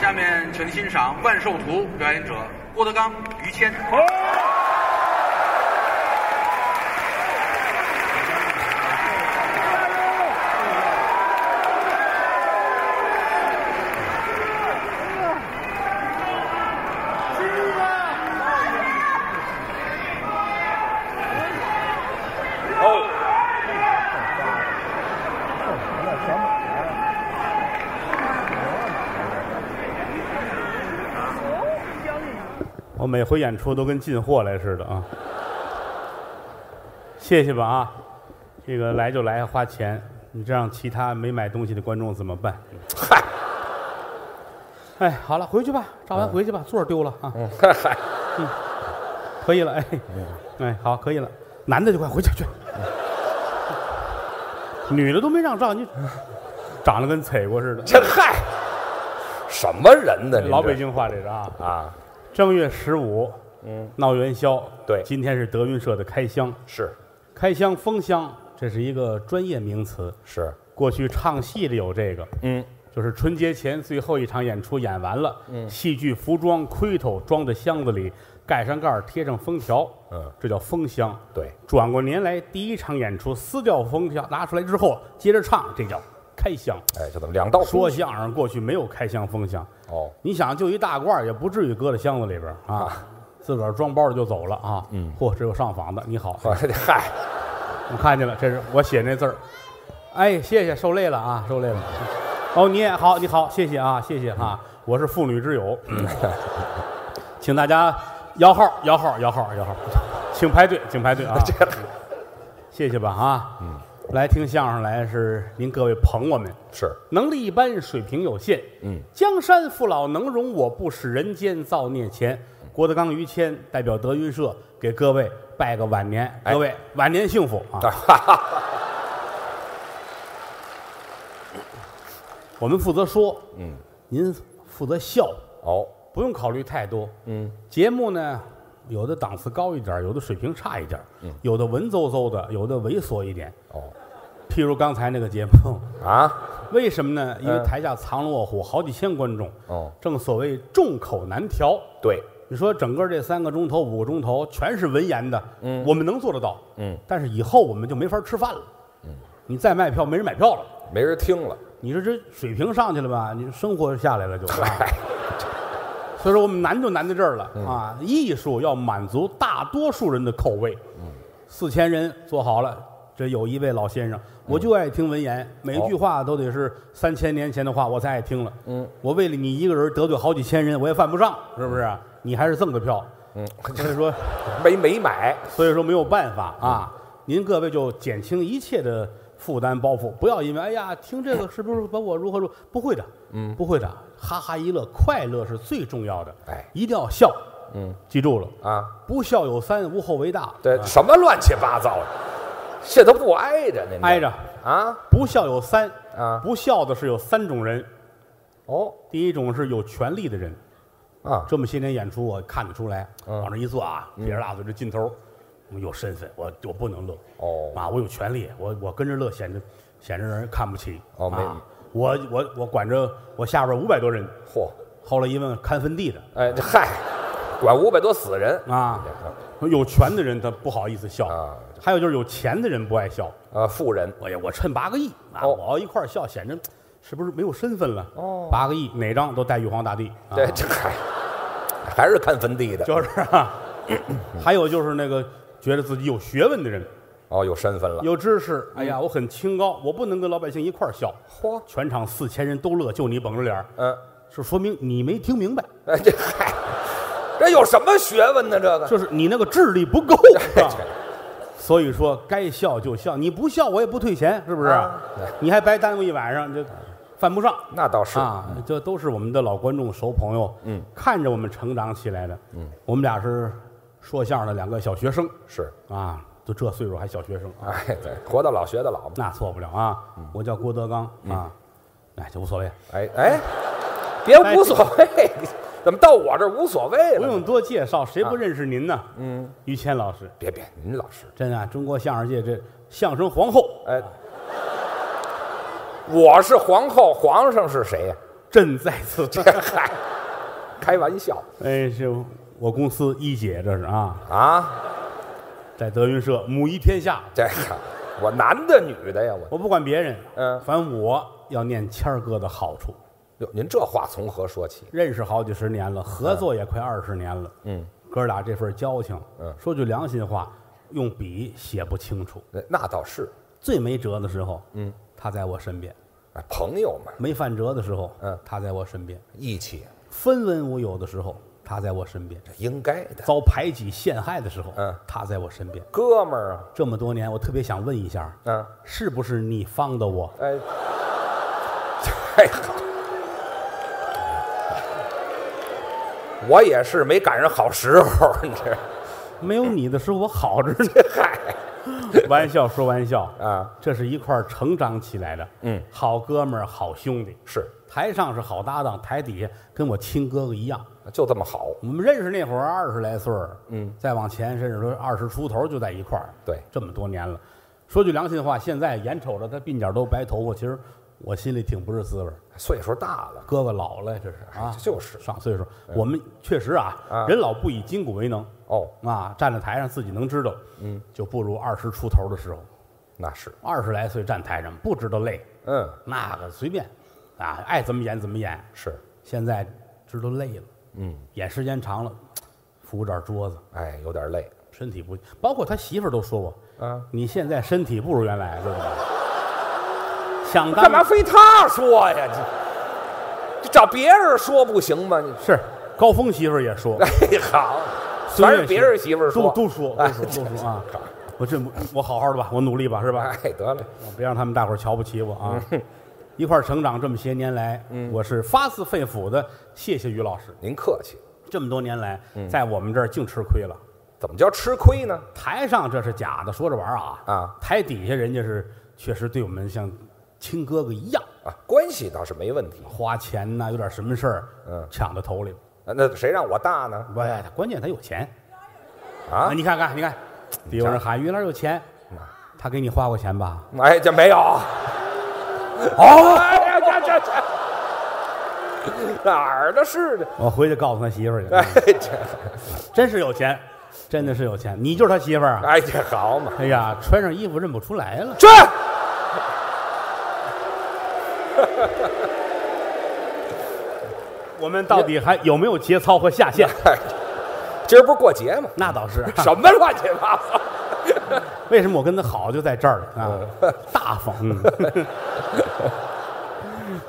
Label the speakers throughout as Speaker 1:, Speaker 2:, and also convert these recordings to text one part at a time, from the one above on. Speaker 1: 下面请欣赏《万寿图》表演者郭德纲、于谦。
Speaker 2: 我哦每回演出都跟进货来似的啊。谢谢吧啊，这个来就来，花钱，你这让其他没买东西的观众怎么办？
Speaker 3: 嗨，
Speaker 2: 哎，好了，回去吧，照完回去吧，座儿丢了啊，
Speaker 3: 嗯嗨，嗯
Speaker 2: 可以了，哎， 哎，好，可以了，男的就快回去去，女的都没让照，你长得跟踩过似的，
Speaker 3: 嗯 这嗨，什么人呢？您这
Speaker 2: 老北京话这是啊。
Speaker 3: 啊，
Speaker 2: 正月十五，嗯，闹元宵，
Speaker 3: 对
Speaker 2: 今天是德云社的开箱，
Speaker 3: 是
Speaker 2: 开箱封箱，这是一个专业名词。
Speaker 3: 是，
Speaker 2: 过去唱戏的有这个，
Speaker 3: 嗯，
Speaker 2: 就是春节前最后一场演出演完了，嗯，戏剧服装盔头装在箱子里，盖上盖儿，贴上封条，
Speaker 3: 嗯，
Speaker 2: 这叫封箱。
Speaker 3: 对，
Speaker 2: 转过年来，第一场演出撕掉封条，拿出来之后接着唱，这叫开箱。
Speaker 3: 哎，就这么两道
Speaker 2: 说相声过去没有开箱封箱，
Speaker 3: 哦，
Speaker 2: 你想就一大褂儿也不至于搁在箱子里边儿啊，自个儿装包里就走了啊。嗯，嚯，这有上访的，你好，
Speaker 3: 我这哦 嗨，
Speaker 2: 我看见了，这是我写那字儿。哎，谢谢，受累了啊，受累了。哦，你也好，你好，谢谢啊，谢谢啊，我是妇女之友，请大家摇号，摇号，摇号，摇号，请排队，请排队啊，
Speaker 3: 这
Speaker 2: 谢谢吧啊。嗯，来听相声来是您各位捧我们，
Speaker 3: 是
Speaker 2: 能力一般，水平有限。嗯，江山父老能容我，不使人间造孽钱。郭德纲、于谦代表德云社给各位拜个晚年，
Speaker 3: 哎
Speaker 2: 各位晚年幸福 啊！我们负责说，嗯，您负责笑，
Speaker 3: 哦，
Speaker 2: 不用考虑太多。嗯，节目呢，有的档次高一点，有的水平差一点，有的文绉绉的，有的猥琐一点。
Speaker 3: 哦，
Speaker 2: 譬如刚才那个节目，
Speaker 3: 啊，
Speaker 2: 为什么呢？因为台下藏龙卧虎，好几千观众。
Speaker 3: 哦，
Speaker 2: 正所谓众口难调。
Speaker 3: 对，
Speaker 2: 你说整个这三个钟头、五个钟头全是文言的，嗯，我们能做得到，
Speaker 3: 嗯，
Speaker 2: 但是以后我们就没法吃饭了，嗯，你再卖票没人买票了，
Speaker 3: 没人听了，
Speaker 2: 你说这水平上去了吧？你生活下来了就，啊
Speaker 3: 哎
Speaker 2: 所以说我们难就难在这儿了啊！艺术要满足大多数人的口味，嗯，四千人坐好了，这有一位老先生，我就爱听文言，每句话都得是三千年前的话，我才爱听了，嗯，我为了你一个人得罪好几千人，我也犯不上，是不是？你还是赠个票，
Speaker 3: 嗯，
Speaker 2: 所以说。
Speaker 3: 没没买，
Speaker 2: 所以说没有办法啊，您各位就减轻一切的负担包袱，不要因为哎呀听这个是不是把我如何如何不会的，嗯，不会的，哈哈一乐，快乐是最重要的，
Speaker 3: 哎
Speaker 2: 一定要笑，嗯，记住了，
Speaker 3: 啊，
Speaker 2: 不孝有三，无后为大，
Speaker 3: 这
Speaker 2: 啊
Speaker 3: 什么乱七八糟的，这都不挨着呢，
Speaker 2: 挨着
Speaker 3: 啊，
Speaker 2: 不孝有三
Speaker 3: 啊
Speaker 2: 不孝的是有三种人，
Speaker 3: 哦
Speaker 2: 第一种是有权力的人，
Speaker 3: 啊，
Speaker 2: 这么些年演出我看得出来，往那一坐啊，撇着大嘴这劲头儿，我有身份，我我不能乐，
Speaker 3: 哦，
Speaker 2: 啊，我有权利，我我跟着乐显着显着让人看不起。
Speaker 3: 哦没
Speaker 2: 啊，我我我管着我下边五百多人，
Speaker 3: 嚯，
Speaker 2: 后来一问看坟地的
Speaker 3: 哎，这嗨，管五百多死人
Speaker 2: 啊，有权的人他不好意思笑，
Speaker 3: 啊
Speaker 2: 还有就是有钱的人不爱笑。
Speaker 3: 啊，富人
Speaker 2: 哎呀，我趁八个亿啊，
Speaker 3: 哦
Speaker 2: 我要一块儿笑，显着是不是没有身份了？
Speaker 3: 哦
Speaker 2: 八个亿哪张都带玉皇大帝，啊、
Speaker 3: 对，这还还是看坟地的，
Speaker 2: 就是啊。 还有就是那个觉得自己有学问的人，
Speaker 3: 哦，有身份了，
Speaker 2: 有知识。哎呀，我很清高，我不能跟老百姓一块儿笑。
Speaker 3: 嚯，
Speaker 2: 全场四千人都乐，就你绷着脸儿
Speaker 3: 嗯，
Speaker 2: 是说明你没听明白，
Speaker 3: 哎，这嗨，这有什么学问呢？这个
Speaker 2: 就是你那个智力不 够。是吧所以说，该笑就笑，你不笑我也不退钱，是不是
Speaker 3: 啊对？
Speaker 2: 你还白耽误一晚上，这犯不上
Speaker 3: 那倒是
Speaker 2: 啊！这都是我们的老观众、熟朋友，嗯，看着我们成长起来的，嗯，我们俩是说相声的两个小学生
Speaker 3: 是，
Speaker 2: 啊，就这岁数还小学生啊，
Speaker 3: 哎，对，活到老学到老嘛，
Speaker 2: 那错不了啊！我叫郭德纲啊，哎，就无所谓，
Speaker 3: 哎哎，别无所谓，怎么到我这儿无所谓了？
Speaker 2: 哎不用，多介绍，谁不认识您呢？嗯，啊于谦老师，
Speaker 3: 别别，您老师，
Speaker 2: 真啊，中国相声界这相声皇后，
Speaker 3: 哎，我是皇后，皇上是谁呀？
Speaker 2: 朕在此。
Speaker 3: 嗨，开玩笑
Speaker 2: 哎，是我公司一姐，这是啊，
Speaker 3: 啊！
Speaker 2: 在德云社母仪天下。
Speaker 3: 这个我男的女的呀，我
Speaker 2: 我不管别人，
Speaker 3: 嗯
Speaker 2: 反正我要念谦儿哥的好处。
Speaker 3: 哟，您这话从何说起？
Speaker 2: 认识好几十年了，合作也快二十年了。
Speaker 3: 嗯，
Speaker 2: 哥俩这份交情，
Speaker 3: 嗯
Speaker 2: 说句良心话，用笔写不清楚。
Speaker 3: 那那倒是，
Speaker 2: 最没辙的时候，嗯，他在我身边；
Speaker 3: 哎朋友嘛，
Speaker 2: 没饭辙的时候，
Speaker 3: 嗯
Speaker 2: 他在我身边；
Speaker 3: 义气，
Speaker 2: 分文无有的时候，他在我身边；
Speaker 3: 这应该的。
Speaker 2: 遭排挤陷害的时候，
Speaker 3: 嗯
Speaker 2: 他在我身边。
Speaker 3: 哥们儿啊，
Speaker 2: 这么多年，我特别想问一下，
Speaker 3: 嗯，
Speaker 2: 是不是你放的我？
Speaker 3: 哎，太好。我也是没赶上好时候，你这
Speaker 2: 没有你的时候，我好着呢。 玩笑说玩笑
Speaker 3: 啊，
Speaker 2: 这是一块儿成长起来的，
Speaker 3: 嗯，
Speaker 2: 好哥们儿，好兄弟。
Speaker 3: 是
Speaker 2: 台上是好搭档，台底下跟我亲哥哥一样。
Speaker 3: 哎就这么好，
Speaker 2: 我们认识那会儿二十来岁儿，嗯，再往前甚至说二十出头就在一块儿，
Speaker 3: 对
Speaker 2: 这么多年了。说句良心话，现在眼瞅着他鬓角都白头发，其实我心里挺不是滋味儿。
Speaker 3: 岁数大了，
Speaker 2: 哥哥老了，这是啊，
Speaker 3: 就是嗯
Speaker 2: 上岁数。我们确实啊，
Speaker 3: 啊
Speaker 2: 人老不以筋骨为能
Speaker 3: 哦，
Speaker 2: 啊，站在台上自己能知道，嗯，就不如二十出头的时候。
Speaker 3: 那是，
Speaker 2: 二十来岁站台上不知道累，
Speaker 3: 嗯，
Speaker 2: 那个随便，啊，爱怎么演怎么演。
Speaker 3: 是，
Speaker 2: 现在知道累了，
Speaker 3: 嗯，
Speaker 2: 演时间长了，扶点桌子，
Speaker 3: 哎，有点累，
Speaker 2: 身体不，包括他媳妇儿都说我，
Speaker 3: 啊，
Speaker 2: 你现在身体不如原来，知道吗？ 想当
Speaker 3: 干嘛非他说呀？你你找别人说不行吗？你
Speaker 2: 是高峰媳妇儿也 说，
Speaker 3: 哎，好，
Speaker 2: 孙
Speaker 3: 全
Speaker 2: 悦
Speaker 3: 是别人媳妇儿
Speaker 2: 都
Speaker 3: 说，
Speaker 2: 都说都
Speaker 3: 哎
Speaker 2: 说都说啊
Speaker 3: 好，
Speaker 2: 我这我好好的吧，我努力吧，是吧？
Speaker 3: 哎，得嘞，
Speaker 2: 我别让他们大伙儿瞧不起我啊！
Speaker 3: 嗯
Speaker 2: 一块儿成长这么些年来，我是发自肺腑的谢谢于老师。
Speaker 3: 您客气，
Speaker 2: 这么多年来，
Speaker 3: 嗯
Speaker 2: 在我们这儿净吃亏了。
Speaker 3: 怎么叫吃亏呢？
Speaker 2: 台上这是假的，说着玩儿啊
Speaker 3: 啊！
Speaker 2: 台底下人家是确实对我们像亲哥哥一样，
Speaker 3: 啊，关系倒是没问题，
Speaker 2: 花钱呐、有点什么事儿，
Speaker 3: 嗯
Speaker 2: 抢到头里。
Speaker 3: 啊那谁让我大呢？
Speaker 2: 不，关键他有钱
Speaker 3: 啊，嗯
Speaker 2: 你看看，你看，底下有人喊于老师有钱，他给你花过钱吧？
Speaker 3: 哎，这没有。哦，哎呀，这这这 哪儿的事呢？
Speaker 2: 我回去告诉他媳妇儿去，
Speaker 3: 哎，这
Speaker 2: 真是有钱，真的是有钱。你就是他媳妇儿啊！
Speaker 3: 哎，这好嘛，
Speaker 2: 哎呀，穿上衣服认不出来了。
Speaker 3: 这。
Speaker 2: 我们到底还有没有节操和下 限？
Speaker 3: 哎今儿不是过节吗？
Speaker 2: 那倒是。
Speaker 3: 什么乱七八糟！
Speaker 2: 为什么我跟他好就在这儿了啊？大方。 嗯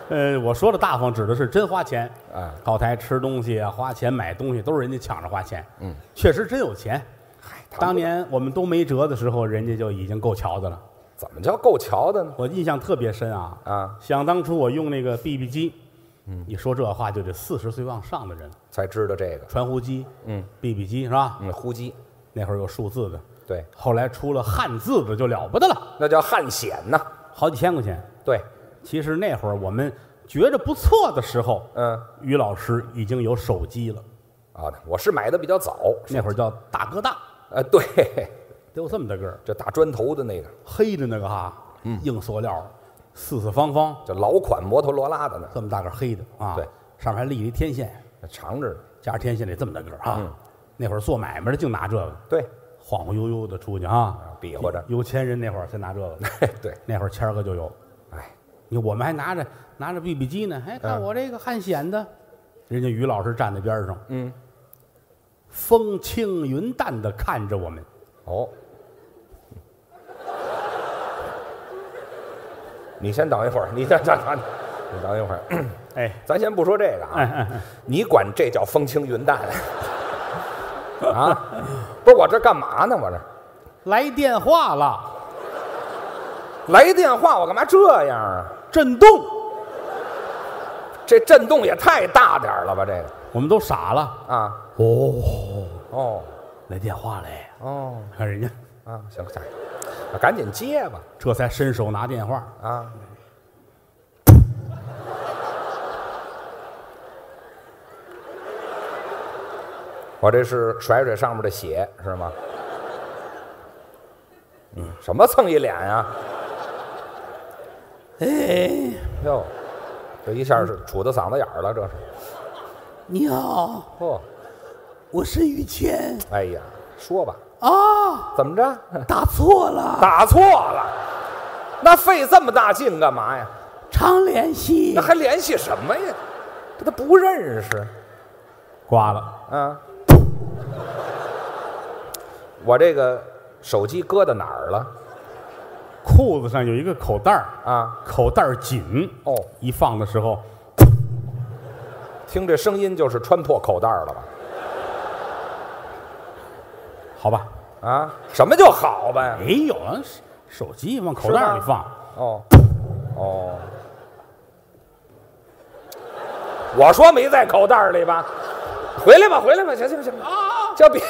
Speaker 2: 呃，我说的大方指的是真花钱
Speaker 3: 啊
Speaker 2: 靠台吃东西啊，花钱买东西都是人家抢着花钱。嗯，确实真有钱。当年我们都没辙的时候，人家就已经够瞧的了。
Speaker 3: 怎么叫够瞧的呢？
Speaker 2: 我印象特别深啊
Speaker 3: 啊！
Speaker 2: 想当初我用那个 BB 机，嗯，一说这话就得四十岁往上的人了，
Speaker 3: 才知道这个，
Speaker 2: 传呼机，嗯，BB 机是吧？
Speaker 3: 嗯，呼机，
Speaker 2: 那会儿有数字的，
Speaker 3: 对，
Speaker 2: 后来出了汉字的就了不得了，
Speaker 3: 那叫汗显呐。
Speaker 2: 好几千块钱。
Speaker 3: 对，
Speaker 2: 其实那会儿我们觉着不错的时候，
Speaker 3: 嗯，
Speaker 2: 于老师已经有手机了，
Speaker 3: 啊，我是买的比较早，
Speaker 2: 那会儿叫大哥大，
Speaker 3: 呃，对，
Speaker 2: 得有这么大个儿，
Speaker 3: 这大砖头的那个，
Speaker 2: 黑的那个哈，
Speaker 3: 嗯
Speaker 2: 硬塑料，四四方方，
Speaker 3: 这老款摩托罗拉的呢，
Speaker 2: 这么大个儿黑的啊，
Speaker 3: 对，
Speaker 2: 上面还立了一天线，
Speaker 3: 长着呢。
Speaker 2: 加上天线得这么大个儿
Speaker 3: 嗯
Speaker 2: 啊。那会儿做买卖的净拿这个，
Speaker 3: 对，
Speaker 2: 晃晃悠悠的出去啊，
Speaker 3: 比划着。
Speaker 2: 有钱人那会儿才拿这个，
Speaker 3: 嘿对，
Speaker 2: 那会儿谦儿哥就有，
Speaker 3: 哎，
Speaker 2: 你我们还拿着拿着 BB 机呢，哎，看
Speaker 3: 嗯
Speaker 2: 我这个汉显的，人家于老师站在边上，嗯，风轻云淡的看着我们，
Speaker 3: 哦，你先等一会儿，你先等等，你等一会儿，
Speaker 2: 哎，
Speaker 3: 咱先不说这个啊，你管这叫风轻云淡啊？不是我这干嘛呢？我这
Speaker 2: 来电话了，
Speaker 3: 来电话，我干嘛这样啊？
Speaker 2: 震动，
Speaker 3: 这震动也太大点儿了吧？这个
Speaker 2: 我们都傻了，
Speaker 3: 啊，
Speaker 2: 哦，
Speaker 3: 哦
Speaker 2: 来电话了耶，
Speaker 3: 哦
Speaker 2: 看人家
Speaker 3: 啊，行行，啊赶紧接吧
Speaker 2: 这才伸手拿电话，
Speaker 3: 啊！我这是甩甩上面的血是吗？嗯，什么蹭一脸啊？
Speaker 2: 哎，
Speaker 3: 哟，这一下是杵到嗓子眼儿了，这是。
Speaker 4: 你好，
Speaker 3: 嚯、
Speaker 4: 我是于谦
Speaker 3: 哎呀，说吧，
Speaker 2: 哦
Speaker 4: 啊，
Speaker 3: 怎么着？
Speaker 4: 打错了，
Speaker 3: 打错了，那费这么大劲干嘛呀？
Speaker 4: 常联系
Speaker 3: 那。还联系什么呀？这他不认识
Speaker 2: 挂了，
Speaker 3: 啊！我这个手机搁到哪儿了
Speaker 2: 裤子上有一个口袋儿，
Speaker 3: 啊？
Speaker 2: 口袋儿紧，
Speaker 3: 哦，
Speaker 2: 一放的时候，
Speaker 3: 听这声音就是穿破口袋了吧？
Speaker 2: 好吧，
Speaker 3: 啊，什么就好呗？
Speaker 2: 没有啊，手手机往口袋儿里
Speaker 3: 是
Speaker 2: 放，
Speaker 3: 哦，哦，我说没在口袋里吧？回来吧，回来吧，行行行啊，就别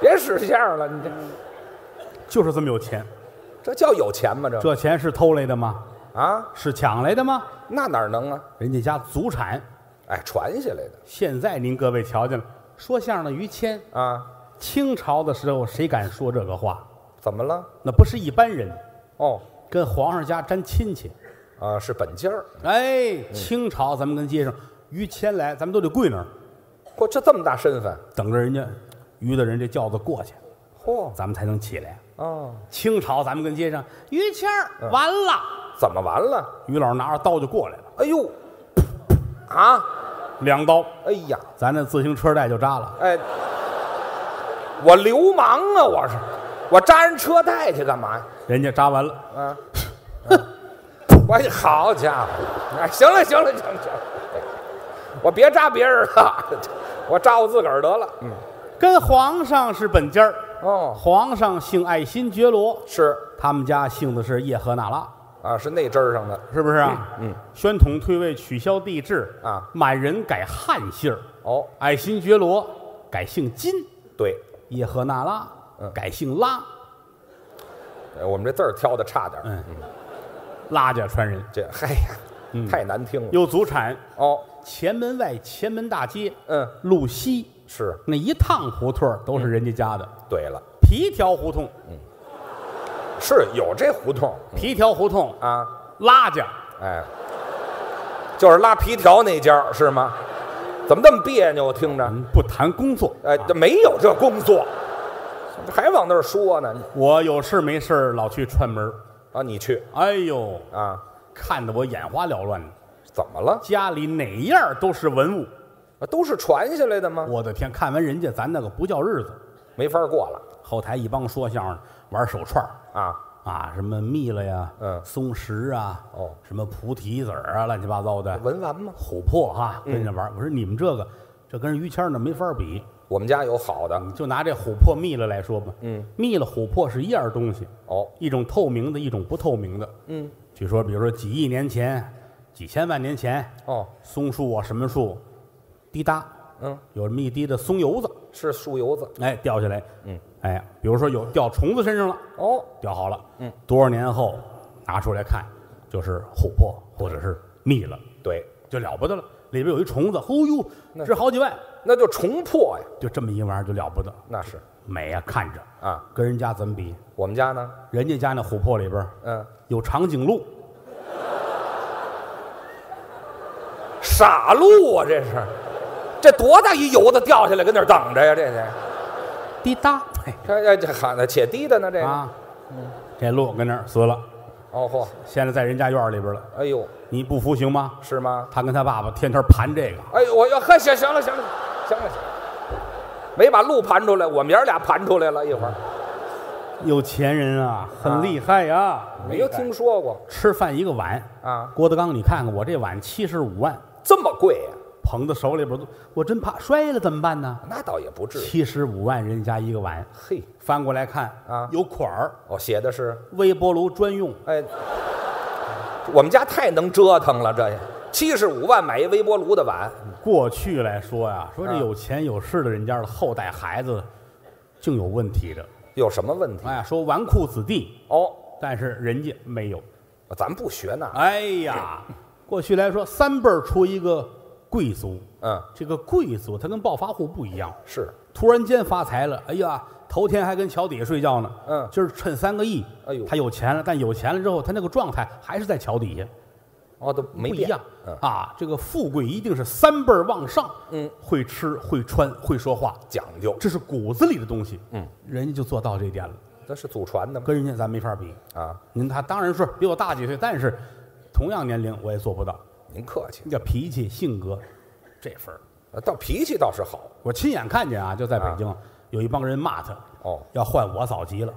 Speaker 3: 别使相了，你这
Speaker 2: 就是这么有钱。
Speaker 3: 这叫有钱吗？这
Speaker 2: 这钱是偷来的吗？
Speaker 3: 啊，
Speaker 2: 是抢来的吗？
Speaker 3: 那哪能啊？
Speaker 2: 人家家祖产，
Speaker 3: 哎，传下来的
Speaker 2: 现在您各位瞧见了，说相声的于谦，
Speaker 3: 啊，
Speaker 2: 清朝的时候谁敢说这个话？
Speaker 3: 怎么了？
Speaker 2: 那不是一般人，
Speaker 3: 哦，
Speaker 2: 跟皇上家沾亲戚。
Speaker 3: 啊，是本家儿，
Speaker 2: 哎，清朝咱们跟街上于谦来，咱们都得跪那儿
Speaker 3: 嚯，这这么大身份，
Speaker 2: 等着人家于大人这轿子过去，
Speaker 3: 嚯，
Speaker 2: 咱们才能起来。
Speaker 3: 哦，
Speaker 2: 清朝咱们跟街上于谦儿完了，
Speaker 3: 怎么完了？
Speaker 2: 嗯于老师拿着刀就过来了，
Speaker 3: 哎呦，啊，
Speaker 2: 两刀，
Speaker 3: 哎呀，
Speaker 2: 咱那自行车带就扎了。
Speaker 3: 哎，我流氓啊，我是，我扎人车带去干嘛呀？
Speaker 2: 人家扎完了，
Speaker 3: 啊，我好家伙！哎，行了行了行了行了，我别扎别人了， 我扎我自个儿得了。嗯，
Speaker 2: 跟皇上是本家儿。
Speaker 3: 哦，
Speaker 2: 皇上姓爱新觉罗，
Speaker 3: 是
Speaker 2: 他们家姓的是叶赫那拉，
Speaker 3: 啊，是那针儿上的。
Speaker 2: 是不是啊？嗯，宣统退位，取消帝制
Speaker 3: 啊
Speaker 2: 满人改汉姓儿
Speaker 3: 哦，
Speaker 2: 爱新觉罗改姓金，
Speaker 3: 对，
Speaker 2: 叶赫那拉
Speaker 3: 嗯
Speaker 2: 改姓拉，
Speaker 3: 呃我们这字儿挑的差点儿，
Speaker 2: 嗯，拉家传人
Speaker 3: 这嗨呀，太难听了。
Speaker 2: 有祖产，
Speaker 3: 哦，
Speaker 2: 前门外、前门大街、
Speaker 3: 嗯，
Speaker 2: 路西
Speaker 3: 是
Speaker 2: 那一趟胡同儿都是人家家的，
Speaker 3: 对了，
Speaker 2: 皮条胡同，
Speaker 3: 是有这胡同
Speaker 2: 皮条胡同，
Speaker 3: 啊，
Speaker 2: 拉家
Speaker 3: 哎，就是拉皮条那家儿是吗？怎么这么别扭？啊听着，
Speaker 2: 嗯不谈工作，
Speaker 3: 哎，这没有这工作，还往那儿说呢。
Speaker 2: 我有事没事儿老去串门儿
Speaker 3: 啊，你去
Speaker 2: 哎呦，
Speaker 3: 啊？
Speaker 2: 看得我眼花缭乱的，
Speaker 3: 怎么了？
Speaker 2: 家里哪样都是文物。
Speaker 3: 啊都是传下来的吗？
Speaker 2: 我的天，看完人家，咱那个不叫日子。
Speaker 3: 没法过了
Speaker 2: 后台一帮说相声的玩手串儿
Speaker 3: 啊！
Speaker 2: 啊，什么蜜了呀，
Speaker 3: 嗯
Speaker 2: 松石啊，
Speaker 3: 哦
Speaker 2: 什么菩提子儿啊，乱七八糟的，
Speaker 3: 文玩吗？
Speaker 2: 琥珀哈、跟着玩儿。我说你们这个，这跟于谦儿那没法比。
Speaker 3: 我们家有好的
Speaker 2: 你就拿这琥珀蜜了来说吧，嗯，蜜了琥珀是一样东西，
Speaker 3: 哦，
Speaker 2: 一种透明的，一种不透明的。
Speaker 3: 嗯，
Speaker 2: 据说，比如说几亿年前、几千万年前，
Speaker 3: 哦，
Speaker 2: 松树啊，什么树，滴答，
Speaker 3: 嗯，
Speaker 2: 有这么一滴的松油子，
Speaker 3: 是树油子
Speaker 2: 哎，掉下来，嗯，哎，比如说有掉虫子身上了，
Speaker 3: 哦，
Speaker 2: 掉好了，嗯，多少年后拿出来看，就是琥珀或者是蜜了，
Speaker 3: 对，
Speaker 2: 就了不得了。里边有一虫子，呼呦，值好几万，
Speaker 3: 那就重破呀，
Speaker 2: 就这么一玩意儿就了不得，
Speaker 3: 那是
Speaker 2: 美啊，看着
Speaker 3: 啊。
Speaker 2: 跟人家怎么比？
Speaker 3: 我们家呢，
Speaker 2: 人家家那琥珀里边
Speaker 3: 嗯，
Speaker 2: 有长颈鹿，
Speaker 3: 傻路啊，这是，这多大一油子掉下来，跟那儿等着呀？这得，
Speaker 2: 滴答，嘿
Speaker 3: 这这喊的且低的呢，这个
Speaker 2: 啊，这鹿跟那儿死了，
Speaker 3: 哦嚯，
Speaker 2: 现在在人家院儿里边了，
Speaker 3: 哎呦，
Speaker 2: 你不服行吗？
Speaker 3: 是吗？
Speaker 2: 他跟他爸爸天天盘这个，
Speaker 3: 哎呦，我要呵，行行了，行了，行了，行了，没把路盘出来，我们爷儿俩盘出来了一会儿，
Speaker 2: 有钱人啊，很厉害呀、
Speaker 3: 没有听说过
Speaker 2: 吃饭一个碗
Speaker 3: 啊，
Speaker 2: 郭德纲，你看看我这碗七十五万，
Speaker 3: 这么贵啊呀、
Speaker 2: 捧到手里边都，我真怕摔了怎么办呢？
Speaker 3: 那倒也不至于。
Speaker 2: 七十五万人家一个碗，
Speaker 3: 嘿，
Speaker 2: 翻过来看
Speaker 3: 啊
Speaker 2: 有款儿，
Speaker 3: 我写的是，
Speaker 2: 微波炉专用，
Speaker 3: 哎，我们家太能折腾了，这七十五万买一微波炉的碗，
Speaker 2: 过去来说呀、说这
Speaker 3: 啊
Speaker 2: 有钱有势的人家的后代孩子，竟有问题的。
Speaker 3: 有什么问题？
Speaker 2: 哎呀，说纨绔子弟，
Speaker 3: 哦，
Speaker 2: 但是人家没有。
Speaker 3: 咱不学那，
Speaker 2: 哎呀，过去来说三辈儿出一个贵族，
Speaker 3: 嗯，
Speaker 2: 这个贵族他跟暴发户不一样，
Speaker 3: 是，
Speaker 2: 突然间发财了，哎呀，头天还跟桥底下睡觉呢，
Speaker 3: 嗯
Speaker 2: 今儿趁三个亿，
Speaker 3: 哎呦
Speaker 2: 他有钱了，但有钱了之后，他那个状态还是在桥底下，
Speaker 3: 哦，都没
Speaker 2: 不一
Speaker 3: 变
Speaker 2: 样
Speaker 3: 嗯，
Speaker 2: 啊。这个富贵一定是三辈儿往上，嗯，会吃会穿会说话，
Speaker 3: 讲究，
Speaker 2: 这是骨子里的东西。嗯，人家就做到这一点了，
Speaker 3: 这是祖传的吗？
Speaker 2: 跟人家咱没法比。
Speaker 3: 啊，
Speaker 2: 您他当然是比我大几岁，但是同样年龄我也做不到。
Speaker 3: 您客气，
Speaker 2: 你叫脾气性格这份儿，
Speaker 3: 啊倒脾气倒是好
Speaker 2: 我亲眼看见啊，就在北京、有一帮人骂他，
Speaker 3: 哦，
Speaker 2: 要换我早急了，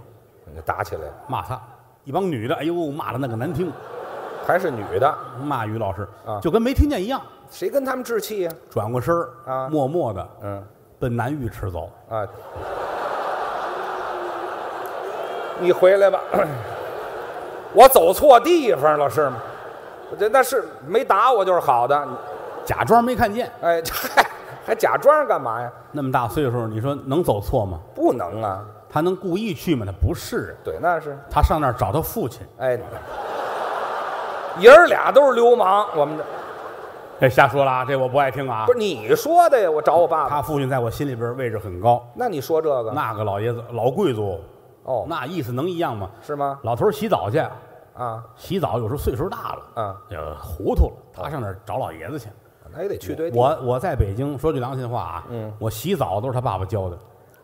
Speaker 3: 那打起来了，
Speaker 2: 骂他。一帮女的，哎呦，骂的那个难听，
Speaker 3: 还是女的，
Speaker 2: 骂于老师
Speaker 3: 啊
Speaker 2: 就跟没听见一样，
Speaker 3: 谁跟他们置气呀？
Speaker 2: 转过身儿
Speaker 3: 啊
Speaker 2: 默默的，
Speaker 3: 嗯
Speaker 2: 奔南浴池走。
Speaker 3: 啊，你回来吧， 我走错地方了是吗？我这那是没打我就是好的，
Speaker 2: 假装没看见。
Speaker 3: 哎， 嗨，还假装干嘛呀？
Speaker 2: 那么大岁数，你说能走错吗？
Speaker 3: 不能啊，
Speaker 2: 他能故意去吗？他不是，啊
Speaker 3: 对，那是，
Speaker 2: 他上那儿找他父亲。
Speaker 3: 哎，爷儿俩都是流氓，我们这
Speaker 2: 这瞎说了啊，这我不爱听啊
Speaker 3: 不。是你说的呀，我找我爸爸。
Speaker 2: 他父亲在我心里边位置很高，
Speaker 3: 那你说这个，
Speaker 2: 那个老爷子老贵族，
Speaker 3: 哦，
Speaker 2: 那意思能一样吗？
Speaker 3: 是吗？
Speaker 2: 老头儿洗澡去，
Speaker 3: 啊，
Speaker 2: 洗澡有时候岁数大了，
Speaker 3: 嗯，
Speaker 2: 呃，糊涂了，他上那儿找老爷子去。
Speaker 3: 那也得去对地。
Speaker 2: 我我在北京，说句良心话啊，嗯，我洗澡都是他爸爸教的。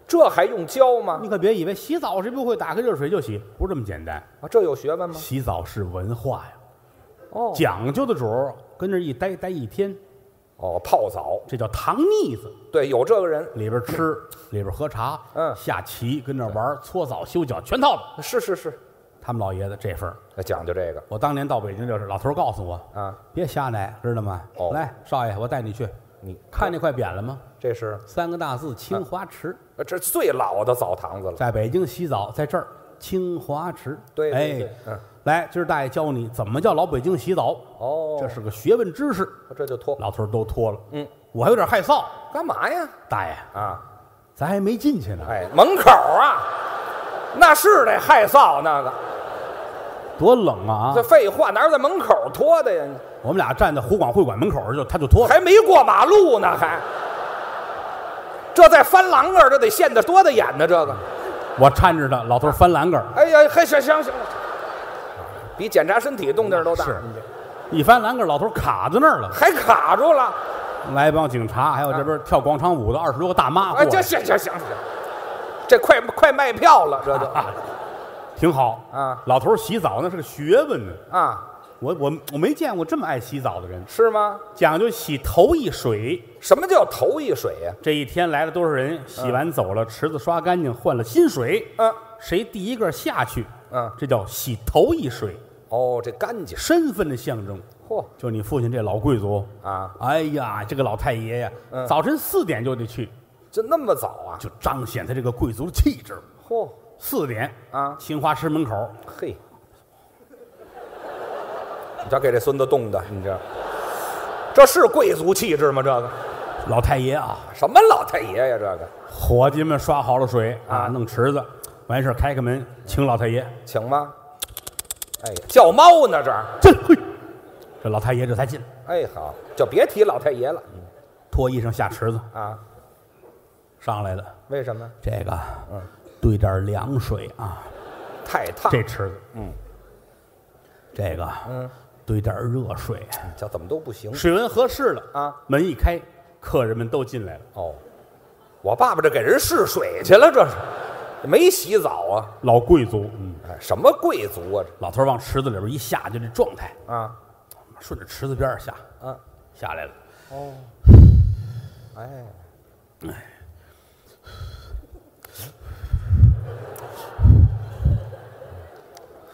Speaker 3: 这还用教吗？
Speaker 2: 你可别以为洗澡谁不会，打开热水就洗，不是这么简单。
Speaker 3: 啊，这有学问吗？
Speaker 2: 洗澡是文化呀，
Speaker 3: 哦，
Speaker 2: 讲究的主儿跟那儿一待待一天，
Speaker 3: 哦，泡澡，
Speaker 2: 这叫糖腻子，
Speaker 3: 对，有这个人，
Speaker 2: 里边吃，里边喝茶，
Speaker 3: 嗯
Speaker 2: 下棋，跟那玩儿搓澡、修脚，全套了。
Speaker 3: 啊是是是，
Speaker 2: 他们老爷子这份儿，
Speaker 3: 那讲究这个
Speaker 2: 我当年到北京就是，老头儿告诉我，
Speaker 3: 啊。
Speaker 2: 别瞎来，知道吗？
Speaker 3: 哦
Speaker 2: 来，少爷，我带你去，
Speaker 3: 你
Speaker 2: 看那块匾了吗？
Speaker 3: 这是
Speaker 2: 三个大字清华池，
Speaker 3: 呃这是最老的澡堂子了，
Speaker 2: 在北京洗澡，在这儿清华池。
Speaker 3: 哎对对对
Speaker 2: 哎，
Speaker 3: 嗯
Speaker 2: 来，今儿大爷教你怎么叫老北京洗澡，
Speaker 3: 哦，
Speaker 2: 这是个学问知识。
Speaker 3: 这就脱
Speaker 2: 老头儿都脱了，
Speaker 3: 嗯，
Speaker 2: 我还有点害臊，
Speaker 3: 干嘛呀？
Speaker 2: 大爷，
Speaker 3: 啊，
Speaker 2: 咱还没进去呢，
Speaker 3: 哎，门口啊，那是得害臊那个。
Speaker 2: 多冷啊！
Speaker 3: 这废话，哪有在门口脱的呀？
Speaker 2: 我们俩站在湖广会馆门口就他就脱了，
Speaker 3: 还没过马路呢，还。这在翻栏杆儿，这得现得多大眼呢？这个，
Speaker 2: 我搀着他，老头翻栏杆儿，
Speaker 3: 哎呀，还行行行，比检查身体动静都大，
Speaker 2: 是一翻栏杆儿，老头卡在那儿了。
Speaker 3: 还卡住了。
Speaker 2: 来一帮警察，还有这边跳广场舞的二十多个大妈过
Speaker 3: 哎，这
Speaker 2: 来，
Speaker 3: 行行行行，这快快卖票了，这就
Speaker 2: 啊挺好
Speaker 3: 啊
Speaker 2: 老头洗澡那是个学问呢，
Speaker 3: 啊，
Speaker 2: 我我我没见过这么爱洗澡的人，
Speaker 3: 是吗？
Speaker 2: 讲究洗头一水。
Speaker 3: 什么叫头一水呀、
Speaker 2: 这一天来了多少人？洗完走了，池子刷干净，换了新水。
Speaker 3: 嗯
Speaker 2: 谁第一个下去？
Speaker 3: 嗯
Speaker 2: 这叫洗头一水，
Speaker 3: 哦，这干净，
Speaker 2: 身份的象征。
Speaker 3: 嚯
Speaker 2: 就你父亲这老贵族
Speaker 3: 啊，
Speaker 2: 哎呀，这个老太爷呀，早晨四点就得去，
Speaker 3: 这那么早啊？
Speaker 2: 就彰显他这个贵族的气质。
Speaker 3: 嚯，
Speaker 2: 四点
Speaker 3: 啊
Speaker 2: 清华池门口，
Speaker 3: 嘿，你瞧给这孙子冻的，你这这是贵族气质吗？这个
Speaker 2: 老太爷啊，
Speaker 3: 什么老太爷呀？这个，
Speaker 2: 伙计们刷好了水啊，
Speaker 3: 啊
Speaker 2: 弄池子，完事儿开开门，请老太爷。
Speaker 3: 请吗？哎呀，叫猫呢这儿，
Speaker 2: 这嘿，这老太爷这才进，
Speaker 3: 哎好，就别提老太爷了
Speaker 2: 脱衣裳下池子
Speaker 3: 啊？
Speaker 2: 上来了。
Speaker 3: 为什么？
Speaker 2: 这个，嗯，兑点凉水啊，
Speaker 3: 太烫，
Speaker 2: 这池子，嗯，这个，嗯，兑点热水，
Speaker 3: 叫怎么都不行
Speaker 2: 水温合适了
Speaker 3: 啊，
Speaker 2: 门一开，客人们都进来了。
Speaker 3: 哦。我爸爸这给人试水去了，这是没洗澡啊？
Speaker 2: 老贵族，嗯，
Speaker 3: 哎，什么贵族啊？
Speaker 2: 老头儿往池子里边一下，就这状态，
Speaker 3: 这啊，
Speaker 2: 顺着池子边儿下，
Speaker 3: 嗯，
Speaker 2: 下来了。
Speaker 3: 哎，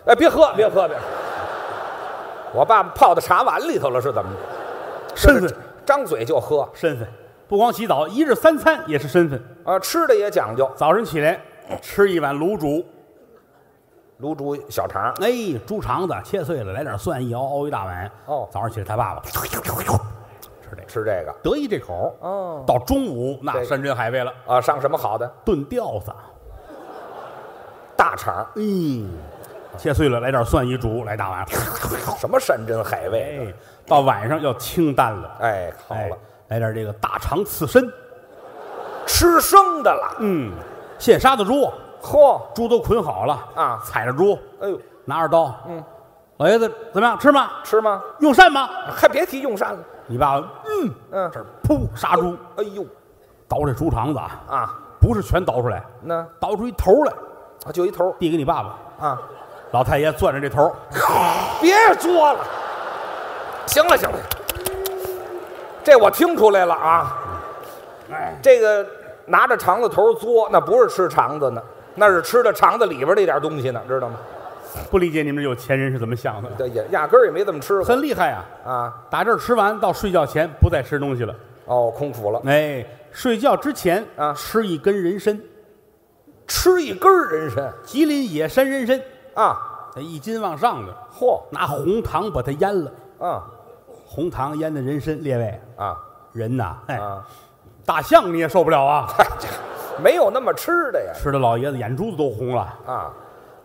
Speaker 3: 哎，别喝，别喝，别喝！我爸爸泡到茶碗里头了，是怎么着？
Speaker 2: 身
Speaker 3: 这
Speaker 2: 份
Speaker 3: 是，张嘴就喝
Speaker 2: 身份，不光洗澡，一日三餐也是身份。
Speaker 3: 啊，吃的也讲究，
Speaker 2: 早晨起来吃一碗卤煮，
Speaker 3: 卤煮小肠，
Speaker 2: 哎，猪肠子切碎了，来点蒜，一熬熬一大碗。
Speaker 3: 哦
Speaker 2: 早上起来他爸爸吃这个，
Speaker 3: 吃这个
Speaker 2: 得意这口。
Speaker 3: 哦，
Speaker 2: 到中午那
Speaker 3: 对
Speaker 2: 山珍海味了，
Speaker 3: 啊，上什么好的？
Speaker 2: 炖吊子，
Speaker 3: 大肠，
Speaker 2: 嗯，切碎了来点蒜一煮，来大碗。
Speaker 3: 什么山珍海味？
Speaker 2: 哎，到晚上要清淡了，
Speaker 3: 哎，好
Speaker 2: 哎
Speaker 3: 了，，
Speaker 2: 来点这个大肠刺身，
Speaker 3: 吃生的了，
Speaker 2: 嗯，现杀的猪，
Speaker 3: 嚯，
Speaker 2: 猪都捆好了
Speaker 3: 啊
Speaker 2: 踩着猪，
Speaker 3: 哎呦，
Speaker 2: 拿着刀，嗯，老爷子怎么样？吃吗？
Speaker 3: 吃吗？
Speaker 2: 用膳吗？
Speaker 3: 还别提用膳了。
Speaker 2: 你爸爸嗯，
Speaker 3: 嗯
Speaker 2: 这儿噗杀猪，
Speaker 3: 哎呦
Speaker 2: 倒这猪肠子啊，
Speaker 3: 啊，
Speaker 2: 不是全倒出来，
Speaker 3: 那
Speaker 2: 倒出一头来，
Speaker 3: 啊就一头
Speaker 2: 递给你爸爸。
Speaker 3: 啊，
Speaker 2: 老太爷攥着这头，
Speaker 3: 别作了。行了行了，这我听出来了啊。这个拿着肠子头嘬，那不是吃肠子呢，那是吃的肠子里边那点东西呢，知道吗？
Speaker 2: 不理解你们这有钱人是怎么想的，
Speaker 3: 这也压根儿也没怎么吃过
Speaker 2: 很厉害呀、
Speaker 3: 啊。
Speaker 2: 打这儿吃完到睡觉前不再吃东西了，
Speaker 3: 哦，空腹了，
Speaker 2: 哎，睡觉之前
Speaker 3: 啊
Speaker 2: 吃一根人参，
Speaker 3: 吃一根儿人参
Speaker 2: 吉林野山人参，
Speaker 3: 啊，
Speaker 2: 哎一斤往上的，
Speaker 3: 嚯
Speaker 2: 拿红糖把它腌了，
Speaker 3: 啊
Speaker 2: 红糖腌的人参，列位
Speaker 3: 啊
Speaker 2: 人呐，哎，
Speaker 3: 啊，
Speaker 2: 大象你也受不了啊，
Speaker 3: 嗨、这没有那么吃的 呀
Speaker 2: 吃的老爷子眼珠子都红了。
Speaker 3: 啊。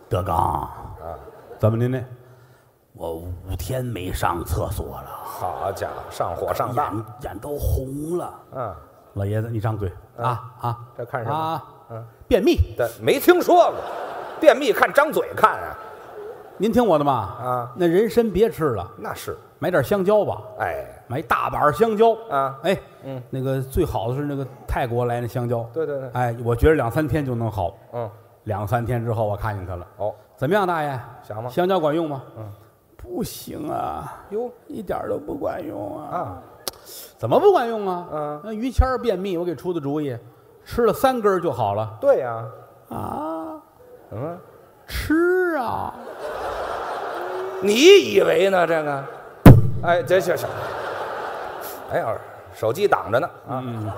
Speaker 2: 德刚，啊怎么您呢？我五天没上厕所了，
Speaker 3: 好家伙，上火上当，
Speaker 2: 眼眼都红了。
Speaker 3: 嗯，
Speaker 2: 老爷子，你张嘴啊啊！
Speaker 3: 这看什么
Speaker 2: 啊？
Speaker 3: 嗯
Speaker 2: 便秘，
Speaker 3: 但没听说过，便秘看张嘴看啊，
Speaker 2: 您听我的嘛？
Speaker 3: 啊，
Speaker 2: 那人参别吃了，
Speaker 3: 那是，
Speaker 2: 买点香蕉吧，
Speaker 3: 哎，
Speaker 2: 买大板香蕉
Speaker 3: 啊
Speaker 2: 哎，嗯，那个最好的是那个泰国来那香蕉，
Speaker 3: 对对对
Speaker 2: 哎，我觉得两三天就能好。
Speaker 3: 嗯，
Speaker 2: 两三天之后我看见他了，
Speaker 3: 哦，
Speaker 2: 怎么样，大爷？
Speaker 3: 想吗
Speaker 2: 香蕉管用吗？嗯，不行啊，
Speaker 3: 哟
Speaker 2: 一点儿都不管用啊。
Speaker 3: 啊，
Speaker 2: 怎么不管用啊？
Speaker 3: 嗯，
Speaker 2: 那于谦儿便秘，我给出的主意，吃了三根儿就好了
Speaker 3: 对呀、
Speaker 2: 啊。
Speaker 3: 嗯，
Speaker 2: 吃啊，
Speaker 3: 你以为呢？这个，哎，这行行，哎呀，手机挡着呢啊，
Speaker 2: 嗯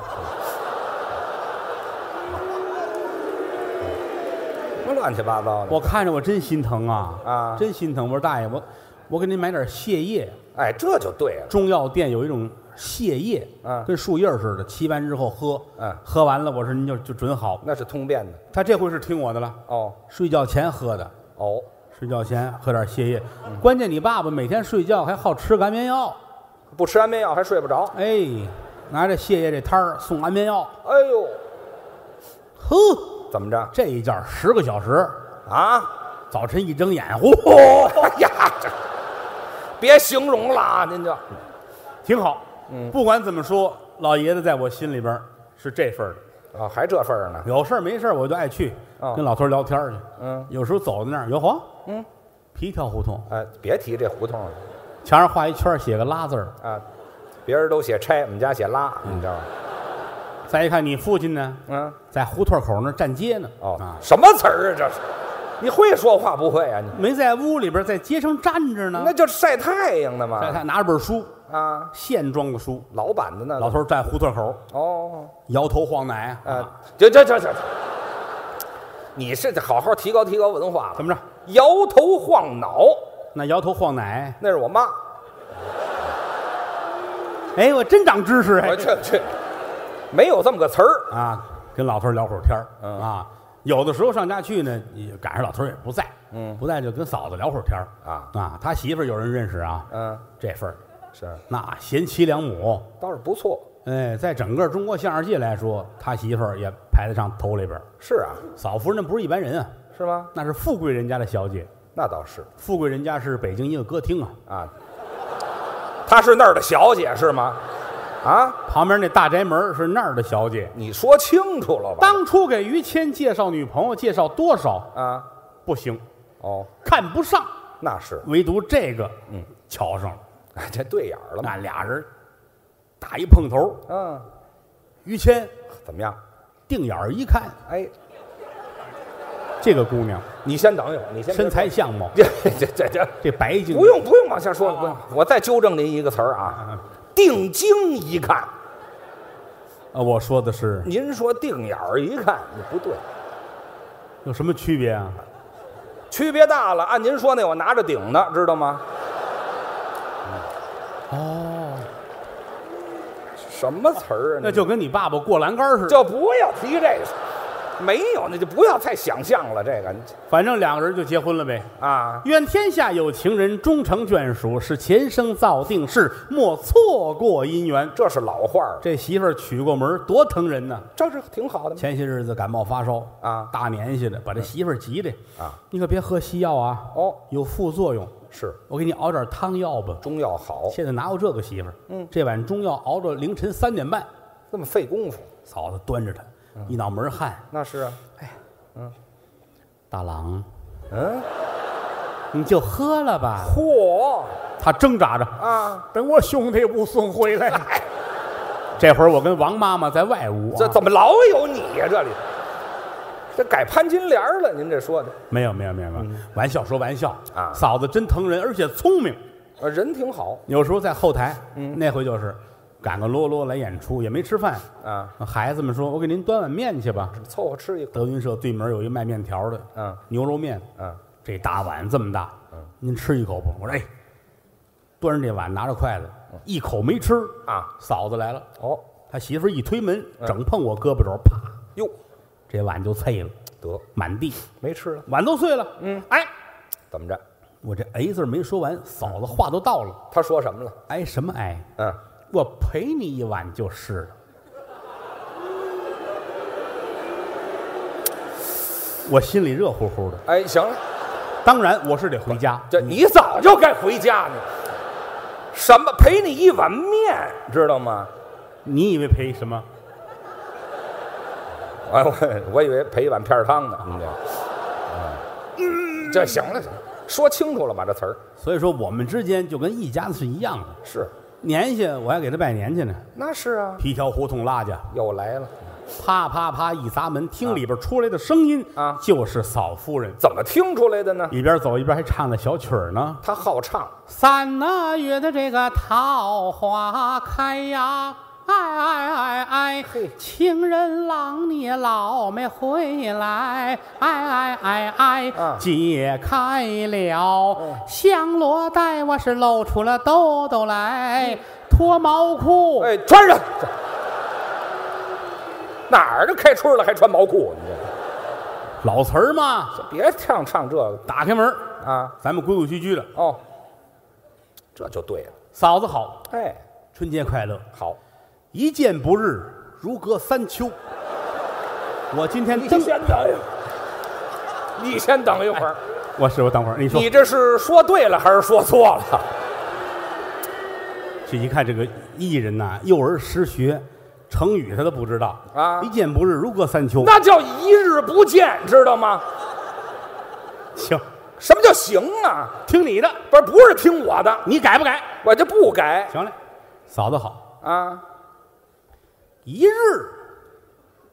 Speaker 3: 什么乱七八糟的，
Speaker 2: 我看着我真心疼啊，
Speaker 3: 啊
Speaker 2: 真心疼。我说大爷，我我给您买点泻叶，
Speaker 3: 哎，这就对了，
Speaker 2: 中药店有一种泻叶，
Speaker 3: 嗯
Speaker 2: 跟树叶儿似的，沏完之后喝，
Speaker 3: 嗯
Speaker 2: 喝完了，我说您就就准好。
Speaker 3: 那是通便的，
Speaker 2: 他这回是听我的了，
Speaker 3: 哦
Speaker 2: 睡觉前喝的，
Speaker 3: 哦，
Speaker 2: 睡觉前喝点泻叶。
Speaker 3: 嗯
Speaker 2: 关键你爸爸每天睡觉还好吃个安眠药，
Speaker 3: 不吃安眠药还睡不着，
Speaker 2: 哎，拿着泻叶这摊儿送安眠药，
Speaker 3: 哎呦，
Speaker 2: 呵，
Speaker 3: 怎么着
Speaker 2: 这一觉十个小时，
Speaker 3: 啊？
Speaker 2: 早晨一睁眼，呼，
Speaker 3: 嚯呀，这别形容了啊，您就
Speaker 2: 挺好。嗯，不管怎么说，老爷子在我心里边儿是这份儿的。
Speaker 3: 啊，还这份儿呢？
Speaker 2: 有事儿没事儿我就爱去
Speaker 3: 哦
Speaker 2: 跟老头儿聊天儿去。
Speaker 3: 嗯，
Speaker 2: 有时候走到那儿，哟呵，嗯，皮条胡同
Speaker 3: 哎，别提这胡同了
Speaker 2: 墙上画一圈儿，写个拉字儿。
Speaker 3: 啊，别人都写拆，我们家写拉，你知道吗？
Speaker 2: 再一看你父亲呢，
Speaker 3: 嗯，
Speaker 2: 在胡同口那儿站街呢。
Speaker 3: 哦
Speaker 2: 啊，，
Speaker 3: 什么词儿啊这是？你会说话不会啊？你
Speaker 2: 没在屋里边儿，在街上站着呢
Speaker 3: 那。就是晒太阳的
Speaker 2: 在
Speaker 3: 嘛
Speaker 2: 他拿着本书，
Speaker 3: 啊，
Speaker 2: 线装的书。
Speaker 3: 老板的那
Speaker 2: 老
Speaker 3: 个
Speaker 2: 头儿站胡同口儿，
Speaker 3: 哦，
Speaker 2: 摇头晃脑啊。
Speaker 3: 啊，这这这这，你是得好好提高提高文化了。
Speaker 2: 怎么着？
Speaker 3: 摇头晃脑，
Speaker 2: 那摇头晃脑，哎，
Speaker 3: 那是我 妈。
Speaker 2: 我真长知识哎。
Speaker 3: 我这这没有这么个词儿。
Speaker 2: 啊，跟老头儿聊会儿天儿、
Speaker 3: 嗯
Speaker 2: 啊。有的时候上家去呢，也赶上老头儿也不在，嗯，不在就跟嫂子聊会儿天儿
Speaker 3: 啊
Speaker 2: 他媳妇儿有人认识啊，
Speaker 3: 嗯，
Speaker 2: 这份儿
Speaker 3: 是，
Speaker 2: 那贤妻良母，
Speaker 3: 倒是不错。
Speaker 2: 哎，在整个中国相声界来说，他媳妇儿也排得上头里边儿。
Speaker 3: 是啊，
Speaker 2: 嫂夫人那不是一般人啊，
Speaker 3: 是吗？
Speaker 2: 那是富贵人家的小姐，
Speaker 3: 那倒是
Speaker 2: 富贵人家是北京一个歌厅啊，
Speaker 3: 啊。她是那儿的小姐是吗？啊，
Speaker 2: 旁边那大宅门儿是那儿的小姐。
Speaker 3: 你说清楚了吧？
Speaker 2: 当初给于谦介绍女朋友，介绍多少
Speaker 3: 啊，
Speaker 2: 不行，
Speaker 3: 哦，
Speaker 2: 看不上，
Speaker 3: 那是，
Speaker 2: 唯独这个，嗯，瞧上了。
Speaker 3: 哎，这对眼儿了嘛？
Speaker 2: 那俩人打一碰头，
Speaker 3: 嗯，
Speaker 2: 于谦
Speaker 3: 怎么样？
Speaker 2: 定眼儿一看，
Speaker 3: 哎，
Speaker 2: 这个姑娘
Speaker 3: 你先等一会儿，你先
Speaker 2: 身材相貌，
Speaker 3: 别，这这这这
Speaker 2: 这白净，
Speaker 3: 不用不用往下说了，不用。我再纠正您一个词儿啊，定睛一看，
Speaker 2: 啊，我说的是
Speaker 3: 您说定眼儿一看，你不对，
Speaker 2: 有什么区别啊？
Speaker 3: 区别大了。按您说那我拿着顶呢，知道吗？
Speaker 2: 哦，
Speaker 3: 什么词儿啊？你
Speaker 2: 那就跟你爸爸过栏杆似的，
Speaker 3: 就不要提这个，没有，那就不要太想象了。这个你
Speaker 2: 反正两个人就结婚了呗。
Speaker 3: 啊，
Speaker 2: 愿天下有情人终成眷属，是前生造定事，莫错过姻缘。
Speaker 3: 这是老话儿，
Speaker 2: 这媳妇儿娶过门儿，多疼人呐！
Speaker 3: 这是挺好的嘛
Speaker 2: 前些日子感冒发烧
Speaker 3: 啊嗯
Speaker 2: 大年纪的，把这媳妇儿急的
Speaker 3: 啊，
Speaker 2: 你可别喝西药啊，
Speaker 3: 哦，
Speaker 2: 有副作用。
Speaker 3: 是
Speaker 2: 我给你熬点汤药吧。
Speaker 3: 中药好，
Speaker 2: 现在哪有这个媳妇儿？嗯，这碗中药熬到凌晨三点半，
Speaker 3: 这么费功夫，
Speaker 2: 嫂子端着他，
Speaker 3: 嗯
Speaker 2: 一脑门汗。
Speaker 3: 那是啊，
Speaker 2: 大郎，
Speaker 3: 嗯，
Speaker 2: 你就喝了吧。
Speaker 3: 嚯
Speaker 2: 他挣扎着，
Speaker 3: 啊，
Speaker 2: 等我兄弟不送回来。这会儿我跟王妈妈在外屋、啊，
Speaker 3: 这怎么老有你呀、这里，这改潘金莲了，您这说的，
Speaker 2: 没有没有没有没有，玩笑说玩笑
Speaker 3: 嗯啊
Speaker 2: 嫂子真疼人，而且聪明。
Speaker 3: 呃人挺好
Speaker 2: 有时候在后台，那回就是赶个啰啰来演出，也没吃饭。
Speaker 3: 啊，
Speaker 2: 孩子们说：“我给您端碗面去吧。
Speaker 3: 凑合吃一”口，
Speaker 2: 德云社对门有一卖面条的，
Speaker 3: 嗯，
Speaker 2: 牛肉面，
Speaker 3: 嗯，
Speaker 2: 这大碗这么大，嗯，您吃一口不？我说哎，端着这碗，拿着筷子，一口没吃
Speaker 3: 啊。
Speaker 2: 嫂子来了，
Speaker 3: 哦，
Speaker 2: 他媳妇儿一推门，整碰我胳膊肘，啪，
Speaker 3: 哟，
Speaker 2: 这碗就碎了，
Speaker 3: 得
Speaker 2: 满地，
Speaker 3: 没吃了，
Speaker 2: 碗都碎了。嗯，哎，
Speaker 3: 怎么着？
Speaker 2: 我这哎字儿没说完，嫂子话都到了，
Speaker 3: 他说什么了？
Speaker 2: 哎什么哎？
Speaker 3: 嗯，
Speaker 2: 我陪你一碗就是了。我心里热乎乎的，
Speaker 3: 哎，行了，
Speaker 2: 当然我是得回家。
Speaker 3: 这你早就该回家呢。什么赔你一碗面，知道吗？
Speaker 2: 你以为陪什么？
Speaker 3: 哎，我我以为赔一碗片儿汤呢。你这，嗯，这行了，行了说清楚了吧？这词儿
Speaker 2: 所以说我们之间就跟一家子是一样的。
Speaker 3: 是，
Speaker 2: 年下我还给他拜年去呢，
Speaker 3: 那是啊，
Speaker 2: 皮条胡同拉去，
Speaker 3: 又来了，
Speaker 2: 啪啪啪一砸门，听里边出来的声音
Speaker 3: 啊
Speaker 2: 就是嫂夫人，
Speaker 3: 怎么听出来的呢？
Speaker 2: 一边走一边还唱着小曲儿呢。
Speaker 3: 他好唱，
Speaker 2: 三那月的这个桃花开呀，哎哎哎哎
Speaker 3: 嘿，
Speaker 2: 情人郎你老没回来，哎哎哎哎，
Speaker 3: 啊哦
Speaker 2: 解开了香罗带，我是露出了兜兜来，脱毛裤，
Speaker 3: 嗯哎，穿上。这哪儿都开春了还穿毛裤？你这
Speaker 2: 老词儿嘛。
Speaker 3: 这别唱唱这个
Speaker 2: 打开门，
Speaker 3: 啊！
Speaker 2: 咱们规规矩矩的，
Speaker 3: 哦，这就对了。
Speaker 2: 嫂子好，
Speaker 3: 哎，
Speaker 2: 春节快乐，
Speaker 3: 好，
Speaker 2: 一见不日，如隔三秋。 我今天真，
Speaker 3: 等一会哎儿， 你先等一会儿。
Speaker 2: 我师傅等会儿，你说
Speaker 3: 你这是说对了还是说错了？
Speaker 2: 这一看这个艺人呐、幼儿失学，成语他都不知道
Speaker 3: 啊
Speaker 2: 一见不日，如隔三秋。
Speaker 3: 那叫一日不见，知道吗？
Speaker 2: 行，
Speaker 3: 什么叫行啊？
Speaker 2: 听你的，
Speaker 3: 不是不是听我的，
Speaker 2: 你改不改？
Speaker 3: 我就不改
Speaker 2: 行嘞，嫂子好，
Speaker 3: 啊！
Speaker 2: 一日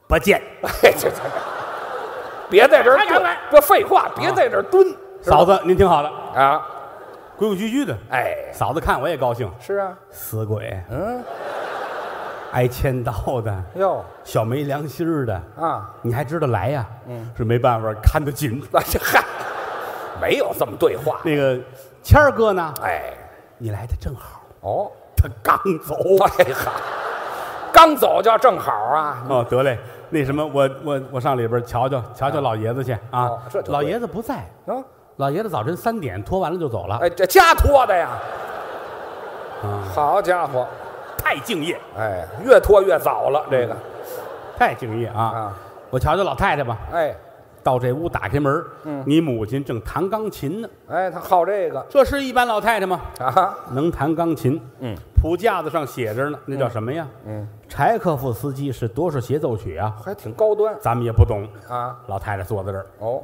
Speaker 2: 不见，
Speaker 3: 哎，这这，别在这儿
Speaker 2: 还敢
Speaker 3: 蹲
Speaker 2: 来，
Speaker 3: 这废
Speaker 2: 啊
Speaker 3: 话，别在这儿蹲，知
Speaker 2: 嫂
Speaker 3: 道吗
Speaker 2: 子您挺好的，
Speaker 3: 啊！
Speaker 2: 规规矩矩的。
Speaker 3: 哎，
Speaker 2: 嫂子看我也高兴，
Speaker 3: 是啊，
Speaker 2: 死鬼，
Speaker 3: 嗯，
Speaker 2: 挨千刀的，
Speaker 3: 哟
Speaker 2: 小没良心儿的，
Speaker 3: 啊，
Speaker 2: 你还知道来呀？嗯，是没办法，看得紧。
Speaker 3: 那这嗨，没有这么对话。
Speaker 2: 那个谦儿哥呢？
Speaker 3: 哎，
Speaker 2: 你来的正好，
Speaker 3: 哦，
Speaker 2: 他刚走。
Speaker 3: 哎哈，刚走就正好啊，
Speaker 2: 哦，得嘞，那什么，我我我上里边瞧瞧瞧瞧老爷子去啊
Speaker 3: 哦这就。对
Speaker 2: 老爷子不在，
Speaker 3: 啊，
Speaker 2: 老爷子早晨三点拖完了就走了，
Speaker 3: 哎，这家拖的呀，好家伙，
Speaker 2: 太敬业，
Speaker 3: 哎，越拖越早了，这个，
Speaker 2: 太敬业啊
Speaker 3: 啊！
Speaker 2: 我瞧瞧老太太吧，
Speaker 3: 哎，
Speaker 2: 到这屋打开门，你母亲正弹钢琴呢。
Speaker 3: 哎，他好这个
Speaker 2: 这是一般老太太吗？
Speaker 3: 啊，
Speaker 2: 能弹钢琴，嗯，谱架子上写着呢，那叫什么呀？嗯，柴可夫斯基是多少协奏曲啊？
Speaker 3: 还挺高端
Speaker 2: 咱们也不懂。
Speaker 3: 啊，
Speaker 2: 老太太坐在这儿，
Speaker 3: 哦，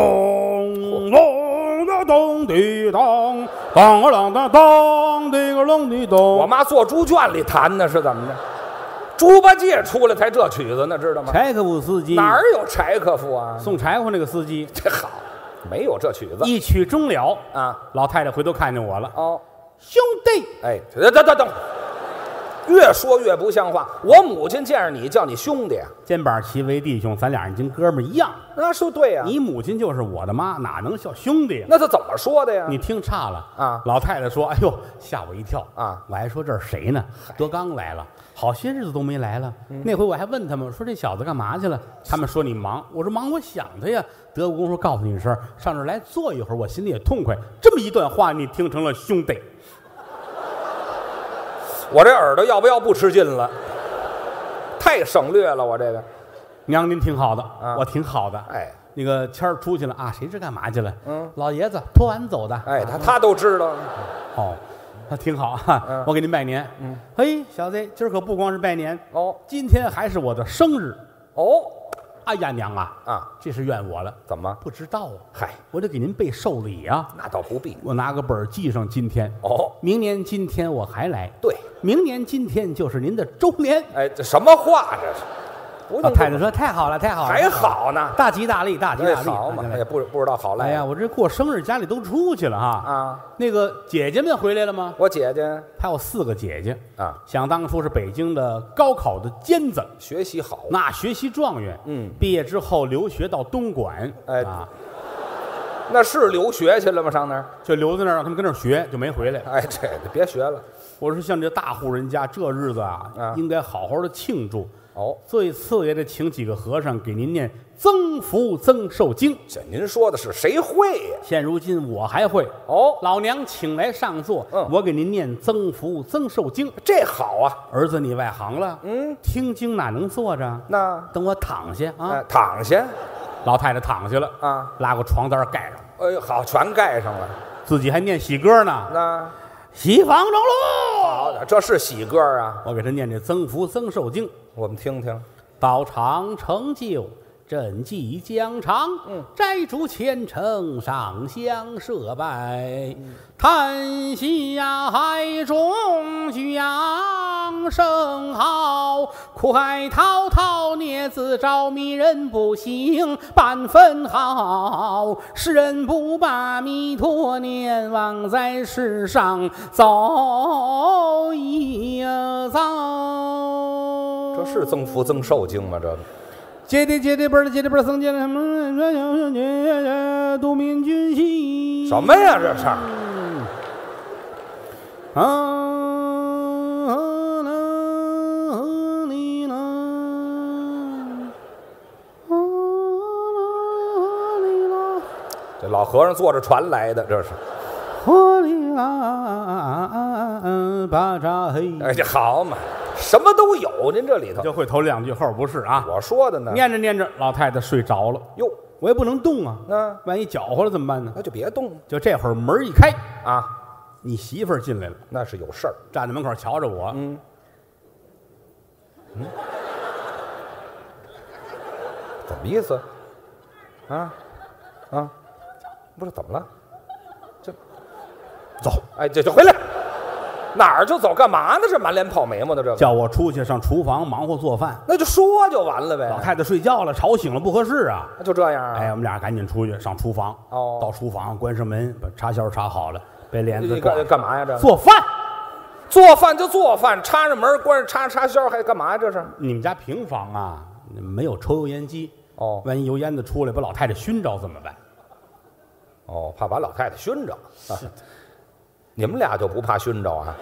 Speaker 2: 咚隆的咚滴咚，当个啷当当滴个啷滴
Speaker 3: 我
Speaker 2: 咚。
Speaker 3: 妈做猪圈里弹的是怎么着？猪八戒出来才这曲子呢，知道吗？
Speaker 2: 柴可夫斯基
Speaker 3: 哪儿有柴可夫啊？
Speaker 2: 送柴火那个司机，
Speaker 3: 这好，没有这曲子
Speaker 2: 一曲终了，
Speaker 3: 啊，
Speaker 2: 老太太回头看见我了，
Speaker 3: 哦。
Speaker 2: 兄弟，
Speaker 3: 哎，等等等等，越说越不像话。我母亲见着你叫你兄弟，啊
Speaker 2: 肩膀齐为弟兄，咱俩已经哥们儿一样。
Speaker 3: 那说对呀、
Speaker 2: 你母亲就是我的妈，哪能叫兄弟呀？
Speaker 3: 那他怎么说的呀？
Speaker 2: 你听差了
Speaker 3: 啊
Speaker 2: 老太太说：“哎呦，吓我一跳
Speaker 3: 啊！”
Speaker 2: 我还说这是谁呢？德刚来了，好些日子都没来了。那回我还问他们说这小子干嘛去了？他们说你忙，我说忙，我想他呀。德国公说告诉你一声，上这儿来坐一会儿，我心里也痛快。这么一段话，你听成了兄弟，
Speaker 3: 我这耳朵要不要不吃劲了？太省略了，我这个。
Speaker 2: 娘您挺好的，
Speaker 3: 啊
Speaker 2: 我挺好的。
Speaker 3: 哎，
Speaker 2: 那个谦儿出去了啊，谁知干嘛去了？
Speaker 3: 嗯，
Speaker 2: 老爷子托碗走的。
Speaker 3: 哎，他他都知道，
Speaker 2: 哦，那挺好啊
Speaker 3: 嗯，
Speaker 2: 我给您拜年。嗯，嘿，小子，今儿可不光是拜年
Speaker 3: 哦，
Speaker 2: 今天还是我的生日。
Speaker 3: 哦
Speaker 2: 哎呀，娘啊，
Speaker 3: 啊，
Speaker 2: 这是怨我了，
Speaker 3: 怎么？
Speaker 2: 不知道啊。
Speaker 3: 嗨，
Speaker 2: 我得给您备寿礼啊。
Speaker 3: 那倒不必。
Speaker 2: 我拿个本儿记上今天。
Speaker 3: 哦
Speaker 2: 明年今天我还来。
Speaker 3: 对，
Speaker 2: 明年今天就是您的周年。
Speaker 3: 哎，这什么话这是？
Speaker 2: 老
Speaker 3: 不用
Speaker 2: 啊太太说：“太好了，太好了，
Speaker 3: 还好呢
Speaker 2: 大吉大利，大吉
Speaker 3: 那
Speaker 2: 大利。”
Speaker 3: 好嘛，也不不知道好
Speaker 2: 哎
Speaker 3: 赖
Speaker 2: 呀，我这过生日家里都出去了哈。
Speaker 3: 啊。
Speaker 2: 那个姐姐们回来了吗？
Speaker 3: 我姐姐
Speaker 2: 她有四个姐姐
Speaker 3: 啊，
Speaker 2: 想当初是北京的高考的尖子，
Speaker 3: 学习好，
Speaker 2: 那学习状元。
Speaker 3: 嗯，
Speaker 2: 毕业之后留学到东莞，
Speaker 3: 哎
Speaker 2: 啊，
Speaker 3: 那是留学去了吗？上那儿？
Speaker 2: 就留在那儿，让他们跟那儿学，就没回 来。
Speaker 3: 哎，这别学了。
Speaker 2: 我说像这大户人家，这日子啊，
Speaker 3: 啊
Speaker 2: 应该好好的庆祝。
Speaker 3: 哦，
Speaker 2: 最次也得请几个和尚给您念《增福增寿经》。
Speaker 3: 这您说的是谁会呀？
Speaker 2: 现如今我还会，
Speaker 3: 哦，
Speaker 2: 老娘请来上座，
Speaker 3: 嗯
Speaker 2: 我给您念《增福增寿经》。
Speaker 3: 这好啊。
Speaker 2: 儿子，你外行了，
Speaker 3: 嗯，
Speaker 2: 听经哪能坐着？
Speaker 3: 那
Speaker 2: 等我躺下啊
Speaker 3: 哎，！躺下。
Speaker 2: 老太太躺下了
Speaker 3: 啊，
Speaker 2: 拉个床单盖上，
Speaker 3: 哎，好，全盖上了。
Speaker 2: 自己还念喜歌呢，
Speaker 3: 那
Speaker 2: 喜房中路。
Speaker 3: 好的，这是喜歌啊，
Speaker 2: 我给她念这《增福增寿经》。
Speaker 3: 我们听听。
Speaker 2: 道长成就，朕即疆场。
Speaker 3: 嗯
Speaker 2: 摘竹千乘，上香设拜，叹息呀，海中响声号。苦海滔滔，孽子招迷人不醒半分好。世人不把弥陀念，枉在世上走一遭。
Speaker 3: 这是增福增寿经吗？这个
Speaker 2: 接的接的辈儿接的辈儿僧接的什么？都民军系
Speaker 3: 什么呀？这是
Speaker 2: 啊？啊你呢？啊你呢？
Speaker 3: 这老和尚坐着船来的，这是。
Speaker 2: 火里啊，巴扎嘿，
Speaker 3: 哎，这好嘛，什么都有，您这里头。
Speaker 2: 就会头两句后不是啊？
Speaker 3: 我说的呢。
Speaker 2: 念着念着，老太太睡着了，
Speaker 3: 哟，
Speaker 2: 我也不能动啊，
Speaker 3: 嗯
Speaker 2: 万一搅和了怎么办呢？
Speaker 3: 那就别动了
Speaker 2: 就这会儿门一开，
Speaker 3: 啊，
Speaker 2: 你媳妇儿进来了，
Speaker 3: 那是有事儿。
Speaker 2: 站在门口瞧着我。嗯，
Speaker 3: 怎么意思？啊啊，不是怎么了？这走，哎，这就回来，哪儿就走？干嘛呢？这满脸跑眉毛的这个，
Speaker 2: 叫我出去上厨房忙活做饭。
Speaker 3: 那就说就完了
Speaker 2: 老
Speaker 3: 呗。
Speaker 2: 太太睡觉了，吵醒了不合适啊。
Speaker 3: 那就这样哎啊？
Speaker 2: 哎，我们俩赶紧出去上厨房。
Speaker 3: 哦
Speaker 2: 到厨房关上门，把插销插好了，被帘
Speaker 3: 你
Speaker 2: 子
Speaker 3: 你
Speaker 2: 挂
Speaker 3: 干
Speaker 2: 上。
Speaker 3: 干嘛呀？这
Speaker 2: 做饭，
Speaker 3: 做饭就做饭，插上门，关上插插销，还干嘛呀？这是？
Speaker 2: 你们家平房啊，没有抽油烟机。
Speaker 3: 哦
Speaker 2: 万一油烟子出来把老太太熏着怎么办？
Speaker 3: 哦，怕把老太太熏着。啊你们俩就不怕熏着啊？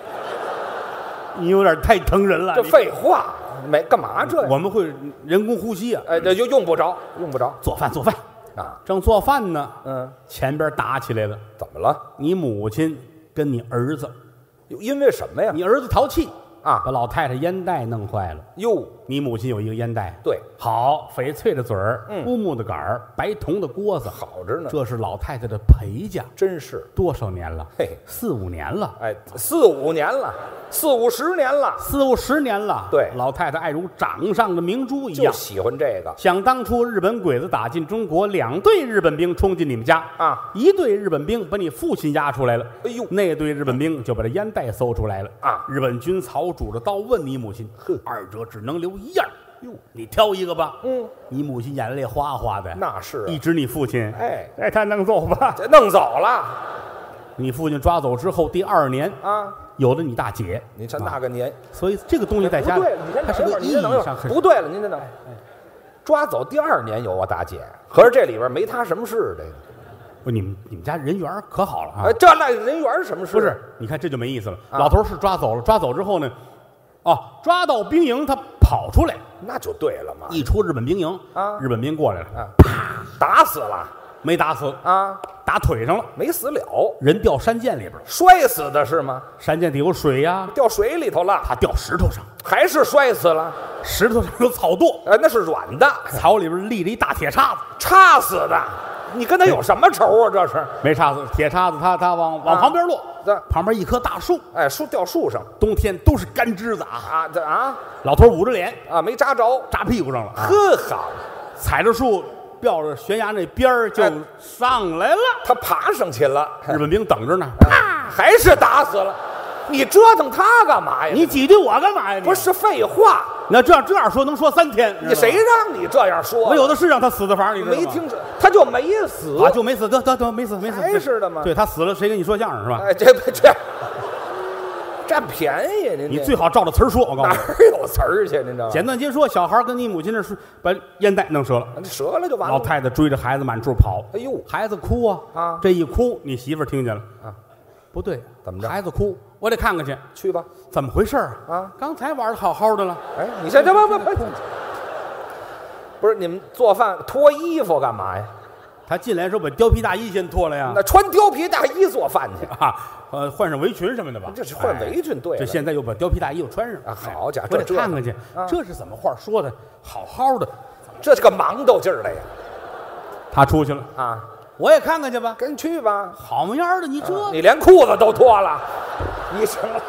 Speaker 2: 你有点太疼人了。
Speaker 3: 这
Speaker 2: 你
Speaker 3: 废话，没干嘛这呀？
Speaker 2: 我们会人工呼吸啊。
Speaker 3: 哎，这就用不着，用不着
Speaker 2: 做饭做饭，
Speaker 3: 啊。
Speaker 2: 正做饭呢，
Speaker 3: 嗯，
Speaker 2: 前边打起来了。
Speaker 3: 怎么了？
Speaker 2: 你母亲跟你儿子，
Speaker 3: 又因为什么呀？
Speaker 2: 你儿子淘气
Speaker 3: 啊
Speaker 2: 把老太太烟袋弄坏了。
Speaker 3: 哟，
Speaker 2: 你母亲有一个烟袋，
Speaker 3: 对，
Speaker 2: 好，翡翠的嘴儿，
Speaker 3: 嗯
Speaker 2: 乌木的杆儿，白铜的锅子，
Speaker 3: 好着呢，
Speaker 2: 这是老太太的陪嫁，
Speaker 3: 真是，
Speaker 2: 多少年了？
Speaker 3: 嘿嘿
Speaker 2: 四五年了，
Speaker 3: 哎，四五年了，四五十年了，
Speaker 2: 四五十年了。
Speaker 3: 对
Speaker 2: 老太太爱如掌上的明珠一
Speaker 3: 就
Speaker 2: 样。
Speaker 3: 喜欢这个
Speaker 2: 想当初，日本鬼子打进中国，两队日本兵冲进你们家
Speaker 3: 啊，
Speaker 2: 一队日本兵把你父亲押出来了，
Speaker 3: 哎呦
Speaker 2: 那队日本兵就把这烟袋搜出来了
Speaker 3: 啊
Speaker 2: 日本军曹拄着刀问你母亲，
Speaker 3: 呵
Speaker 2: 二者只能留一样，哟，你挑一个吧。嗯，你母亲眼泪哗哗的，
Speaker 3: 那是啊
Speaker 2: 一指你父亲，
Speaker 3: 哎
Speaker 2: 哎，他弄走吧。
Speaker 3: 这弄走了
Speaker 2: 你父亲抓走之后，第二年
Speaker 3: 啊！
Speaker 2: 有了你大姐，啊
Speaker 3: 您这那个年，
Speaker 2: 所以这个东西在
Speaker 3: 不
Speaker 2: 家里
Speaker 3: 对，你先，
Speaker 2: 它是
Speaker 3: 等一
Speaker 2: 个
Speaker 3: 会儿，
Speaker 2: 意
Speaker 3: 您
Speaker 2: 义
Speaker 3: 先等一会
Speaker 2: 上
Speaker 3: 儿，
Speaker 2: 很哎
Speaker 3: 不对了，您再等会儿。抓走第二年有啊，大姐，合着这里边没他什么事，这个，
Speaker 2: 不你们你们家人缘儿可好了啊
Speaker 3: 哎，？这那人缘是什啊么事？
Speaker 2: 不是，，你看这就没意思了。老头儿是抓走了，抓走之后呢，哦，抓到兵营，他跑出来，
Speaker 3: 那就对了嘛，
Speaker 2: 一出日本兵营，
Speaker 3: 啊
Speaker 2: 日本兵过来了，
Speaker 3: 打死了
Speaker 2: 没打死，
Speaker 3: 啊，
Speaker 2: 打腿上了，
Speaker 3: 没死了，
Speaker 2: 人掉山涧里边了，
Speaker 3: 摔死的是吗？
Speaker 2: 山涧底有水呀、
Speaker 3: 掉水里头了，
Speaker 2: 他掉石头上，
Speaker 3: 还是摔死了？
Speaker 2: 石头上有草垛，
Speaker 3: 哎，那是软的，
Speaker 2: 草里边立着一大铁叉子，
Speaker 3: 插死的。你跟他有什么仇啊？这是，
Speaker 2: 没叉子，铁叉子它它往往
Speaker 3: 啊
Speaker 2: 旁边落
Speaker 3: 对，
Speaker 2: 旁边一棵大树，
Speaker 3: 哎，树掉树上
Speaker 2: 冬天都是干枝子啊。
Speaker 3: 啊，这啊
Speaker 2: 老头捂着脸
Speaker 3: 啊没扎着，
Speaker 2: 扎屁股上了，啊
Speaker 3: 呵好，
Speaker 2: 踩着树，吊着悬崖那边儿就
Speaker 3: 哎
Speaker 2: 上来了。
Speaker 3: 他爬上去了，
Speaker 2: 日本兵等着呢，
Speaker 3: 还是打死了。你折腾他干嘛呀？
Speaker 2: 你挤兑我干嘛呀？你
Speaker 3: 不，是废话，
Speaker 2: 那这样这样说能说三天？
Speaker 3: 你谁让你这样说？啊
Speaker 2: 我有的是让他死的法儿，你知道吗
Speaker 3: 没听说，他就没死
Speaker 2: 啊，就没死，得得得，没死没死，
Speaker 3: 哦还是的吗
Speaker 2: 对他死了，谁跟你说相声是吧？
Speaker 3: 哎，这不这占便宜您这？
Speaker 2: 你最好照着词儿说，我告诉
Speaker 3: 哪
Speaker 2: 你，
Speaker 3: 儿有词儿去？您知道吗？
Speaker 2: 简短截说，小孩儿跟你母亲那说，把烟袋弄折了。
Speaker 3: 折了就完了。
Speaker 2: 老太太追着孩子满处跑，
Speaker 3: 哎呦
Speaker 2: 孩子哭啊
Speaker 3: 啊
Speaker 2: 这一哭，你媳妇儿听见了
Speaker 3: 啊，
Speaker 2: 不对，
Speaker 3: 怎么着
Speaker 2: 孩子哭，我得看看去，
Speaker 3: 去吧，
Speaker 2: 怎么回事儿
Speaker 3: 啊？
Speaker 2: 刚才玩的好好的了，
Speaker 3: 哎，你先这不不不，不是你们做饭脱衣服干嘛呀？
Speaker 2: 他进来时候把貂皮大衣先脱了呀
Speaker 3: 那，穿貂皮大衣做饭去，
Speaker 2: 啊，呃，换上围裙什么的吧，
Speaker 3: 这是换围裙
Speaker 2: 哎
Speaker 3: 对了
Speaker 2: 这现在又把貂皮大衣又穿上，
Speaker 3: 啊好
Speaker 2: 哎
Speaker 3: 家伙
Speaker 2: 我得
Speaker 3: 这
Speaker 2: 看看去
Speaker 3: 啊，
Speaker 2: 这是怎么话说的？好好的，
Speaker 3: 这是个忙叨劲儿的呀！
Speaker 2: 他出去了，
Speaker 3: 啊，
Speaker 2: 我也看看去吧，
Speaker 3: 跟去吧，
Speaker 2: 好模样儿的，你这
Speaker 3: 啊你连裤子都脱了，你行了，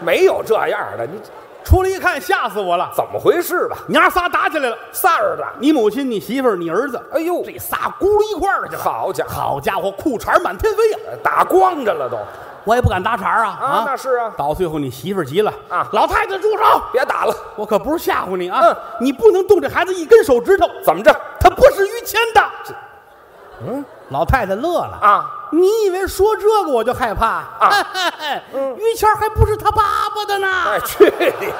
Speaker 3: 没有这样的，你
Speaker 2: 出来一看，吓死我了，
Speaker 3: 怎么回事吧？
Speaker 2: 娘仨打起来了，
Speaker 3: 三儿子，
Speaker 2: 你母亲、你媳妇儿、你儿子，
Speaker 3: 哎呦，
Speaker 2: 这仨咕噜一块儿去了。
Speaker 3: 好家伙，
Speaker 2: 好家伙，裤衩满天飞呀、
Speaker 3: 打光着了都，
Speaker 2: 我也不敢搭茬啊
Speaker 3: 啊那是啊
Speaker 2: 到最后，你媳妇儿急了
Speaker 3: 啊
Speaker 2: 老太太住手！
Speaker 3: 别打了，
Speaker 2: 我可不是吓唬你啊，
Speaker 3: 嗯
Speaker 2: 你不能动这孩子一根手指头，
Speaker 3: 怎么着？
Speaker 2: 他不是于谦的。嗯，老太太乐了
Speaker 3: 啊！
Speaker 2: 你以为说这个我就害怕
Speaker 3: 啊
Speaker 2: 啊？于谦还不是他爸爸的呢。
Speaker 3: 哎哎，去你的！